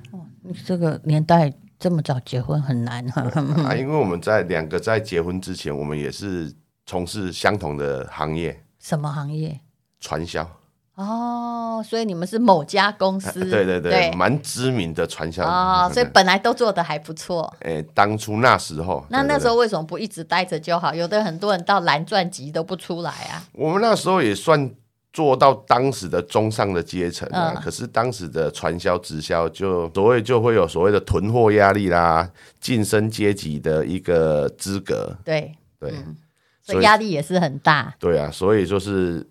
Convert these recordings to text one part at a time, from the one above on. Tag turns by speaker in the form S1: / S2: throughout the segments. S1: 你这个年代这么早结婚很难哈。
S2: 啊，因为我们在两个在结婚之前，我们也是从事相同的行业，
S1: 什么行业？
S2: 传销，
S1: 哦，所以你们是某家公司？
S2: 啊 对对
S1: 对
S2: 对，蛮知名的传销
S1: 哦，
S2: 嗯
S1: 所以本来都做的还不错。
S2: 哎，当初那时候，
S1: 那
S2: 对
S1: 那
S2: 对对
S1: 时候为什么不一直待着就好？有的很多人到蓝钻级都不出来啊。
S2: 我们那时候也算做到当时的中上的阶层啊，
S1: 嗯
S2: 可是当时的传销、直销就所谓就会有所谓的囤货压力啦，晋升阶级的一个资格，
S1: 对，
S2: 对、
S1: 所
S2: 所
S1: 以
S2: 以
S1: 压力也是很大。
S2: 对啊，所以就是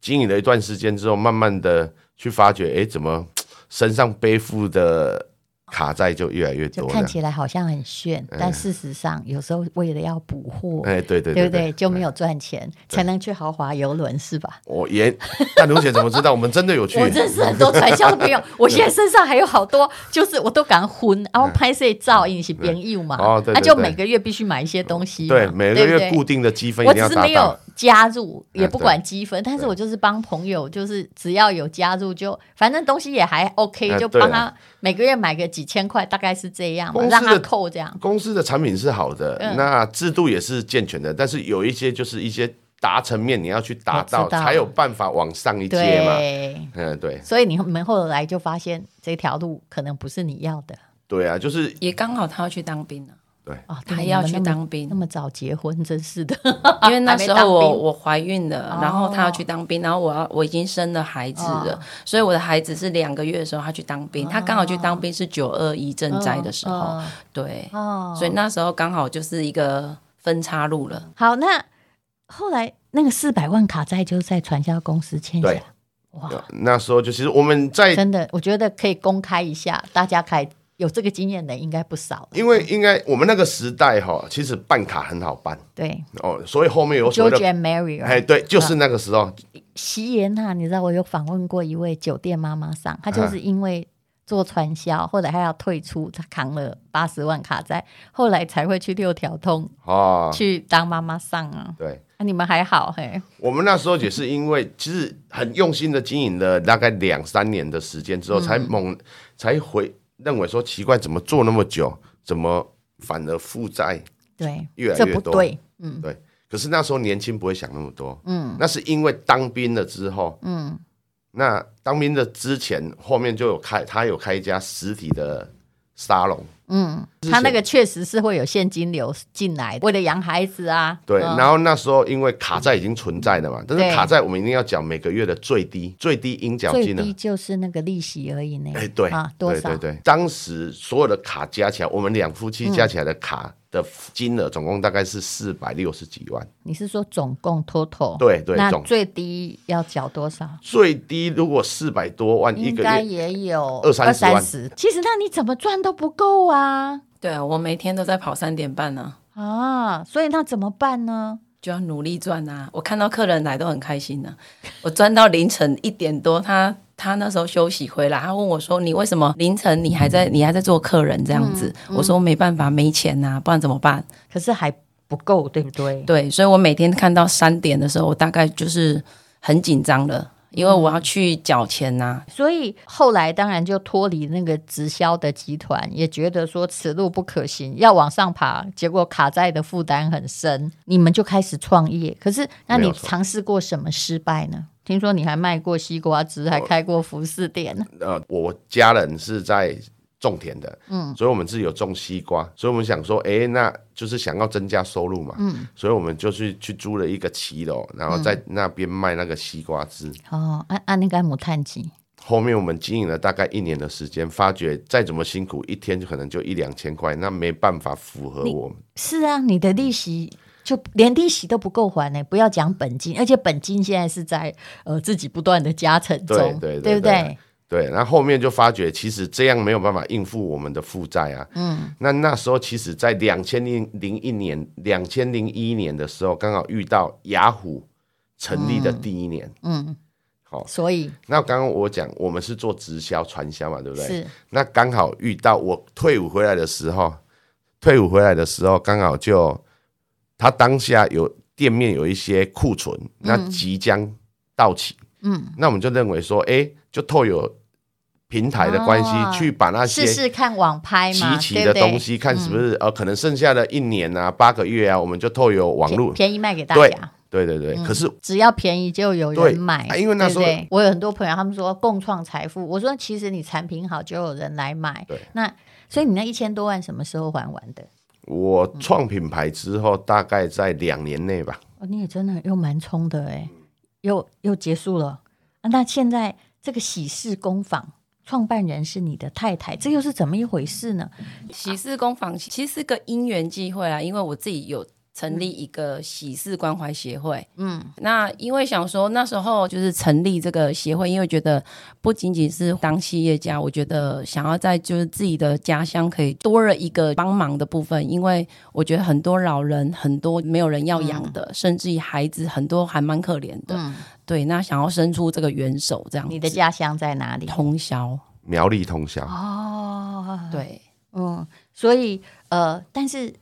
S2: 经营了一段时间之后，慢慢的去发觉，哎，怎么身上背负的卡债就越来越
S1: 就
S2: 多
S1: 看
S2: 了？
S1: 起来好像很炫，但事实上有时候为了要补货，
S2: 哎，对
S1: 对
S2: 对对
S1: 不对？就没有赚钱，才能去豪华游轮是吧？
S2: 我也，但卢姐怎么知道？我们真的有 去？
S1: 我认识很多传销的朋 友，我现在身上还有好多，就是我都敢混，然后拍摄照一起编译嘛，
S2: 哎哦对
S1: 那
S2: 对
S1: 就
S2: 对
S1: 每个月必须买一些东西嘛，
S2: 对，每个
S1: 对不
S2: 月
S1: 对
S2: 固定的积分一
S1: 我
S2: 定
S1: 只
S2: 要
S1: 是
S2: 达
S1: 没有
S2: 到。
S1: 加入，也
S2: 嗯
S1: 不
S2: 对
S1: 管积分，但是我就是帮朋友，就是只要有加入就，反正东西也还 OK，
S2: 嗯
S1: 就
S2: 对
S1: 帮
S2: 啦
S1: 他每个月买个几千块，大概是这样嘛，
S2: 公司
S1: 让他
S2: 的
S1: 扣这样。
S2: 公司的产品是好的，
S1: 嗯
S2: 那制度也是健全的，但是有一些就是一些达层面你要去达
S1: 我
S2: 到，
S1: 知道
S2: 才有办法往上一阶嘛。
S1: 对，
S2: 嗯，对，
S1: 所以你们后来就发现这条路可能不是你要的
S2: 对啊，就是
S3: 也刚好他要去当兵了，
S1: 哦，对
S3: 他
S1: 你
S3: 要
S1: 们
S3: 去
S1: 那么
S3: 当兵
S1: 那，么早结婚，真是的。
S3: 因为那时候
S1: 还没当
S3: 我
S1: 兵哦
S3: 我怀孕了，然后他要去当兵，然后我要我已经生了孩子
S1: 哦
S3: 了，所以我的孩子是两个月的时候他去当兵，他刚好去当兵是九二一赈灾的时候，
S1: 嗯
S3: 对，
S1: 哦，
S3: 所以嗯那时候刚好就是一个分岔路了。
S1: 好，那后来那个四百万卡债就是在传销公司欠下
S2: 对，
S1: 哇，
S2: 那时候就其实我们在，
S1: 真的，我觉得可以公开一下，大家开有这个经验的应该不少。
S2: 因为应该我们那个时代哈，其实办卡很好办
S1: 对
S2: 哦，所以后面有所谓
S1: ，George
S2: 的。
S1: and Mary，
S2: 哎，
S1: right？
S2: 对，就是那个时候，
S1: 席耶娜，你知道我有访问过一位酒店妈妈桑，她
S2: 啊
S1: 就是因为做传销，后来她要退出，她扛了八十万卡债，后来才会去六条通
S2: 哦，
S1: 去当妈妈桑啊。
S2: 对，
S1: 啊你们还好嘿，
S2: 我们那时候也是因为其实很用心的经营了大概两三年的时间之后，才
S1: 嗯
S2: 猛才回认为说奇怪，怎么做那么久，怎么反而负债？
S1: 对，
S2: 越来
S1: 这
S2: 越
S1: 不
S2: 多
S1: 对，嗯
S2: 对，可是那时候年轻不会想那么多，
S1: 嗯
S2: 那是因为当兵了之后，
S1: 嗯，
S2: 那当兵的之前后面就有开他有开一家实体的沙龙，
S1: 嗯，他那个确实是会有现金流进来，为了养孩子啊。
S2: 对，
S1: 嗯
S2: 然后那时候因为卡债已经存在了嘛，但
S1: 对
S2: 是卡债我们一定要缴每个月的最低最低应缴
S1: 最
S2: 金额
S1: 低。就是那个利息而已呢。
S2: 哎，对
S1: 啊，，多
S2: 对
S1: 少？
S2: 对对，当时所有的卡加起来，我们两夫妻加起来的卡的金额总共大概是四百六十几万。
S1: 你是说总共 total？
S2: 对对
S1: 那
S2: 总
S1: 最低要缴多少？
S2: 最低如果四百多万一
S1: 应
S2: 个
S1: 该
S2: 月，
S1: 也有
S2: 二三十万
S1: 十。其实那你怎么赚都不够啊
S3: 对啊，我每天都在跑三点半呢、
S1: 啊！所以那怎么办呢？
S3: 就要努力赚啊！我看到客人来都很开心呢、啊我赚到凌晨一点多，他他那时候休息回来，他问我说：“你为什么凌晨你还在你还在做客人这样子？”我说：“没办法，没钱呐、不然怎么办
S1: 可是还不够，对不对？”
S3: 对，所以我每天看到三点的时候，我大概就是很紧张了，因为我要去缴钱啊呐、
S1: 所以后来当然就脱离那个直销的集团，也觉得说此路不可行，要往上爬，结果卡债的负担很深，你们就开始创业。可是，那
S2: 没
S1: 你
S2: 有错
S1: 尝试过什么失败呢？听说你还卖过西瓜汁，
S2: 哦
S1: 还开过服饰店呢。
S2: 呃，我家人是在种田的，嗯，所以我们是有种西瓜，所以我们想说，哎，那就是想要增加收入嘛，嗯，所以我们就去去租了一个骑楼，然
S1: 嗯
S2: 后在那边卖那个西瓜汁。
S1: 哦，按按那个母探机，
S2: 后面我们经营了大概一年的时间，发觉再怎么辛苦，一天就可能就一两千块，那没办法符合我们。
S1: 是啊，你的利息。就连利息都不够还呢、不要讲本金，而且本金现在是在呃自己不断的加成中，
S2: 对对对
S1: 不
S2: 对？对，然后后面就发觉，其实这样没有办法应付我们的负债啊。嗯，那那时候其实，在两千零零一年、两千零一年的时候，刚好遇到雅虎成立的第一年。
S1: 嗯，
S2: 好
S1: 所以
S2: 那刚刚我讲，我们是做直销、传销嘛，对不对？
S1: 是
S2: 那刚好遇到我退伍回来的时候，退伍回来的时候刚好就他当下有店面有一些库存，那即将到期，
S1: 嗯，
S2: 那我们就认为说，哎、就透有平台的关系、
S1: 哦
S2: 去把那些
S1: 试试看网拍嘛，
S2: 集齐
S1: 对
S2: 的
S1: 不对嗯
S2: 东西，看是不是、呃，可能剩下的一年啊、八个月啊，我们就透有网
S1: 便
S2: 络，
S1: 便宜卖给大
S2: 对
S1: 家。
S2: 对对
S1: 嗯
S2: 对。可是
S1: 只要便宜就有人买，
S2: 对因为那时候
S1: 对不对我有很多朋友，他们说共创财富，我说其实你产品好就有人来买，
S2: 对，
S1: 那所以你那一千多万什么时候还完的？
S2: 我创品牌之后，大概在两年内吧。
S1: 哦，你也真的又蛮冲
S2: 嗯
S1: 的哎，又又结束了、啊那现在这个喜事工坊创办人是你的太太，这又是怎么一回事呢？
S3: 喜事工坊其实是个因缘际会啊啦，因为我自己有成立一个喜事关怀协会，嗯，那因为想说那时候就是成立这个协会，因为觉得不仅仅是当企业家，我觉得想要在就是自己的家乡可以多了一个帮忙的部分，因为我觉得很多老人很多没有人要养
S1: 嗯
S3: 的，甚至于孩子很多还蛮可怜的，对，那想要伸出这个援手这样子，
S1: 你的家乡在哪里？
S3: 通宵，
S2: 苗栗通宵，
S1: 哦，
S3: 对。
S1: 嗯，所以呃，但是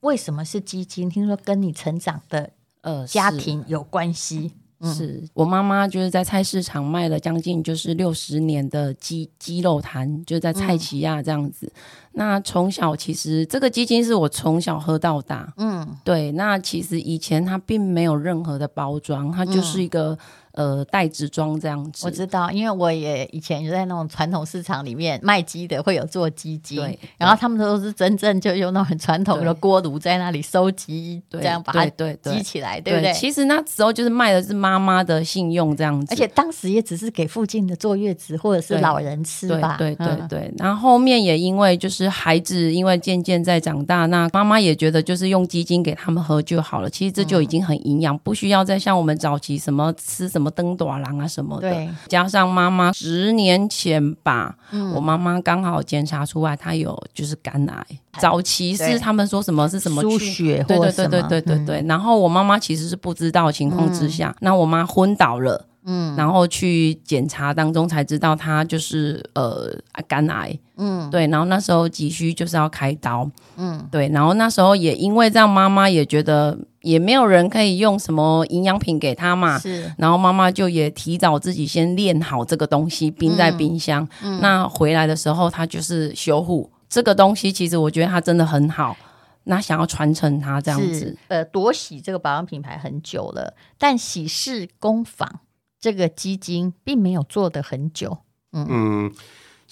S1: 为什么是基金？听说跟你成长的
S3: 呃，
S1: 家
S3: 是
S1: 庭有关系。
S3: 是我妈妈就是在菜市场卖了将近就是六十年的鸡鸡肉摊，就是在
S1: 嗯
S3: 菜奇亚这样子。那从小其实这个鸡精是我从小喝到大，
S1: 嗯，
S3: 对。那其实以前它并没有任何的包装，它就是一个、呃袋子装这样子。
S1: 嗯我知道，因为我也以前就在那种传统市场里面卖鸡的，会有做鸡精
S3: 对，
S1: 然后他们都是真正就用那种很传统的
S3: 对
S1: 锅炉在那里收集，这
S3: 对
S1: 样把它
S3: 对对对
S1: 积起来，对不对？
S3: 其实那时候就是卖的是妈妈的信用这样子，
S1: 而且当时也只是给附近的坐月子或者是
S3: 对
S1: 老人吃吧，
S3: 对对对
S1: 嗯
S3: 对、然后后面也因为就是孩子，因为渐渐在长大，那妈妈也觉得就是用鸡精给他们喝就好了。其实这
S1: 嗯
S3: 就已经很营养，不需要再像我们早期什么吃什么灯短郎啊什么的
S1: 对。
S3: 加上妈妈十年前吧，
S1: 嗯
S3: 我妈妈刚好检查出来她有就是肝癌，早期
S1: 对
S3: 是他们说什么是什么
S1: 输
S3: 去
S1: 血
S3: 对
S1: 或
S3: 对
S1: 什么
S3: 对对对对对。然后我妈妈其实是不知道的情况之下，那我妈昏倒了，嗯，然后去检查当中才知道她就是呃肝癌，嗯，对。然后那时候急需就是要开刀，嗯，对。然后那时候也因为这样，妈妈也觉得也没有人可以用什么营养品给她嘛，
S1: 是
S3: 然后妈妈就也提早自己先练好这个东西，冰在冰箱。
S1: 嗯
S3: 那回来的时候，她就是修护这个东西。其实我觉得它真的很好，那想要传承它这样
S1: 是
S3: 子。
S1: 呃，朵喜这个保养品牌很久了，但喜事工坊这个基金并没有做的很久。
S2: 嗯，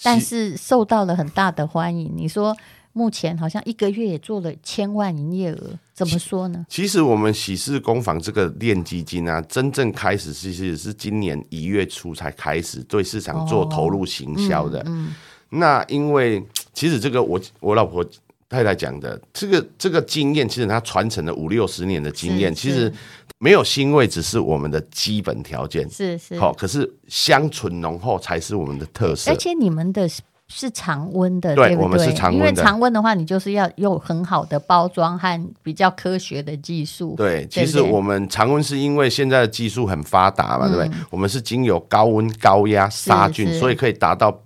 S1: 但是受到了很大的欢迎。你说目前好像一个月也做了千万营业额，怎么说呢？
S2: 其实我们喜事工坊这个练基金啊，真正开始其实是今年一月初才开始对市场做投入行销
S1: 哦
S2: 的。
S1: 嗯
S2: 那因为其实这个我我老婆太太讲的，这个这个经验，其实她传承了五六十年的经验，
S1: 是
S2: 其
S1: 是
S2: 实没有欣慰，只是我们的基本条件。
S1: 是是，哎
S2: 好、可是香醇浓厚才是我们的特色
S1: 而。且你们的是是常温的，
S2: 对
S1: 不对？
S2: 我们是常温
S1: 因
S2: 的
S1: 为常温的话，你就是要有很好的包装和比较科学的技术。
S2: 对，
S1: 对
S2: 其
S1: 不
S2: 实
S1: 对嗯
S2: 我们常温是因为现在的技术很发达嘛，对不对？我们是经由高温、高压杀菌，
S1: 是
S2: 所以可以达到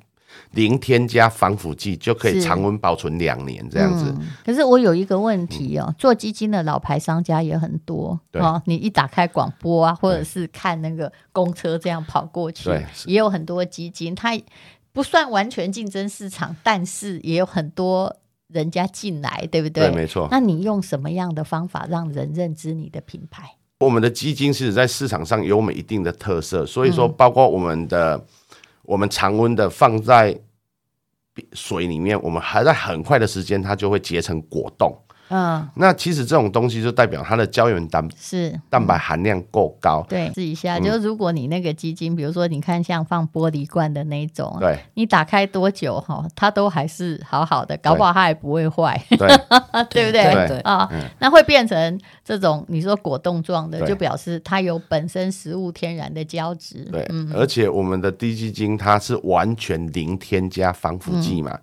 S2: 零添加防腐剂，就可以
S1: 是
S2: 常温保存两年这样子。
S1: 嗯
S2: 嗯
S1: 可是我有一个问题哦，做基金的老牌商家也很多
S2: 对
S1: 哦，你一打开广播啊，或者是看那个公车这样跑过去
S2: 对，是
S1: 也有很多基金，它不算完全竞争市场，但是也有很多人家进来，对不对？
S2: 对，没错。
S1: 那你用什么样的方法让人认知你的品牌？
S2: 我们的基金其实在市场上有我们一定的特色，所以
S1: 嗯
S2: 说包括我们的、我们常温的放在水里面，我们还在很快的时间它就会结成果冻。
S1: 嗯，
S2: 那其实这种东西就代表它的胶原蛋
S1: 是
S2: 蛋白含量够高。
S1: 对，试一
S2: 嗯
S1: 下。就是如果你那个基金，比如说你看像放玻璃罐的那一种啊，
S2: 对
S1: 你打开多久哈，它都还是好好的，搞不好它还不会坏，
S2: 对
S1: 对不
S2: 对
S1: 对？
S2: 嗯
S3: 对
S1: 啊，那会变成这种你说果冻状的，
S2: 对
S1: 就表示它有本身食物天然的胶质。
S2: 对，而且我们的低基金它是完全零添加防腐剂嘛。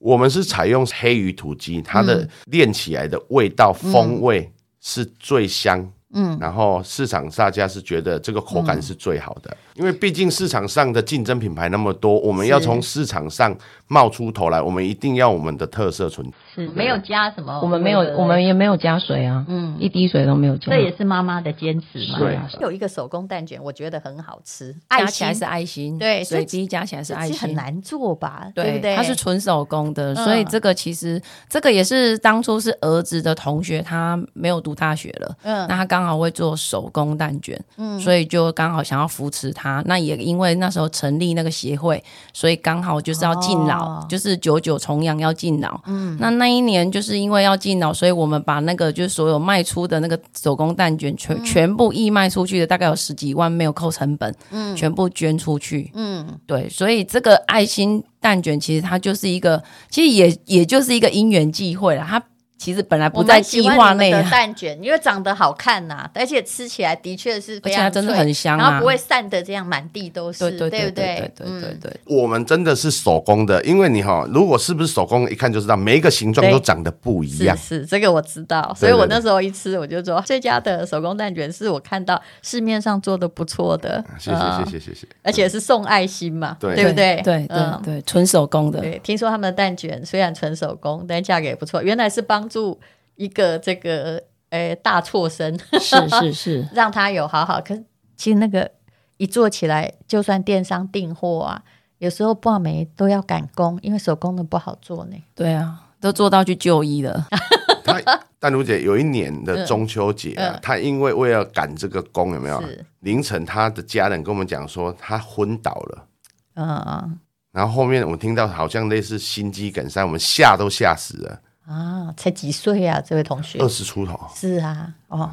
S2: 我们是采用黑鱼土鸡，它
S1: 嗯
S2: 的炼起来的味道、风味是最香，嗯，然后市场大家是觉得这个口
S1: 嗯
S2: 感是最好的，因为毕竟市场上的竞争品牌那么多，我们要从市场上冒出头来，我们一定要我们的特色存在。
S1: 是没有加什么，
S3: 我们没有，我们也没有加水啊，
S1: 嗯
S3: 一滴水都没有加。
S1: 这也是妈妈的坚持嘛。
S2: 对
S1: 有一个手工蛋卷，我觉得很好吃，爱
S3: 加起
S1: 心
S3: 来是爱心，
S1: 对所以
S3: 水滴加起来是
S1: 这
S3: 爱
S1: 其
S3: 心，
S1: 实很难做吧？
S3: 对
S1: 不对？
S3: 它是纯手工的，所以
S1: 嗯
S3: 这个其实这个也是当初是儿子的同学，他没有读大学了，
S1: 嗯
S3: 那他刚好会做手工蛋卷，
S1: 嗯
S3: 所以就刚好想要扶持他。那也因为那时候成立那个协会，所以刚好就是要敬老，
S1: 哦
S3: 就是九九重阳要敬老。嗯，那那一年就是因为要敬老，所以我们把那个就是所有卖出的那个手工蛋卷全、
S1: 嗯
S3: 全部义卖出去的，大概有十几万没有扣成本，嗯，全部捐出去。
S1: 嗯，
S3: 对，所以这个爱心蛋卷其实它就是一个，其实也也就是一个因缘际会啦。它其实本来不
S1: 我
S3: 在
S1: 蛮喜
S3: 计
S1: 欢
S3: 划
S1: 你们
S3: 内
S1: 的
S3: 啊，
S1: 蛋卷，因为长得好看呐、而且吃起来的确是
S3: 而
S1: 非
S3: 且它
S1: 常
S3: 真的
S1: 脆
S3: 很香
S1: 然
S3: 啊
S1: 后不。会散的这样满地都是，
S3: 对对
S1: 对
S3: 对对
S1: 不
S3: 对对对
S1: 嗯
S3: 对对，
S2: 我们真的是手工的，因为你哈，如果是不是手工，一看就知道，每一个形状都
S1: 对
S2: 长得不一
S1: 是
S2: 样。
S1: 是，这个我知道，所以
S2: 对对
S1: 我
S2: 对
S1: 那时候一吃我就说，这家的手工蛋卷是我看到市面上做的不错的，
S2: 谢谢
S1: 嗯
S2: 谢谢谢谢。
S1: 而且是送爱心嘛，
S2: 对
S1: 不对？
S3: 对对
S1: 嗯
S3: 对，纯手工的。
S1: 对，听说他们的蛋卷虽然纯手工，但价格也不错。原来是帮助一个这个呃大错生，，
S3: 是是是
S1: 让他有好好。可是其实那个一做起来，就算电商订货啊，有时候挂眉都要赶工，因为手工的不好做呢。
S3: 对啊，都做到去就医了。
S2: 他丹如姐有一年的中秋节
S3: 嗯
S2: 啊，她因为为了赶这个工，有没有
S1: 是？
S2: 凌晨她的家人跟我们讲说她昏倒了，
S1: 嗯啊
S2: 然后后面我们听到好像类似心肌梗塞，我们吓都吓死了，
S1: 啊，才几岁啊，这位同学
S2: 二十出头。
S1: 是啊，哦，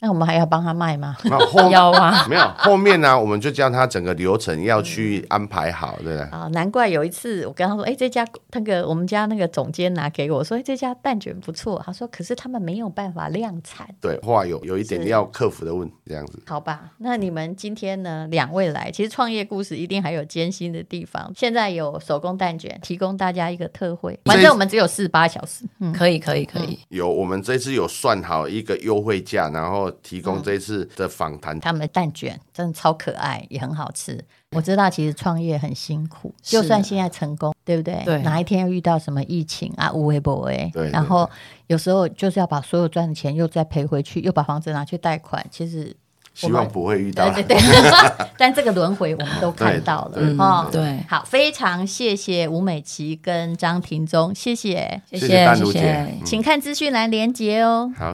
S1: 那我们还要帮他卖吗？
S2: 那 后
S3: 要啊，
S2: 没有后面呢、我们就叫她整个流程要去安排好，对
S3: 嗯
S2: 不对？
S1: 啊，难怪有一次我跟他说，哎、这家那个我们家那个总监拿给我说，哎，这家蛋卷不错。他说，可是他们没有办法量产。
S2: 对，后来有有一点
S1: 是
S2: 要克服的问题，这样子。
S1: 好吧，那你们今天呢？两位来，其实创业故事一定还有艰辛的地方。现在有手工蛋卷，提供大家一个特惠，
S2: 所以
S1: 反正我们只有四十八小时。嗯，
S3: 可以可以可以，
S2: 有我们这次有算好一个优惠价，然后提
S3: 嗯
S2: 供这次的访谈。
S1: 他们的蛋卷真的超可爱，也很好吃。我知道，其实创业很辛苦，
S3: 是
S2: 啊
S1: 就算现在成功，对不对？
S3: 对
S1: 哪一天又遇到什么疫情啊，无微不微。
S2: 对对
S1: 然后有时候就是要把所有赚的钱又再赔回去，又把房子拿去贷款，其实
S2: 希望不会遇到
S1: 对
S2: 啦。
S1: 对对， 但这个轮回我们都看到了
S2: 对对对
S1: 哦。
S3: 嗯对，
S1: 好，非常谢谢吴美琪跟张庭忠，谢谢，
S3: 谢
S2: 谢谢丹
S3: 谢
S2: 如姐嗯
S3: 谢。
S1: 请看资讯栏连接哦。
S2: 好，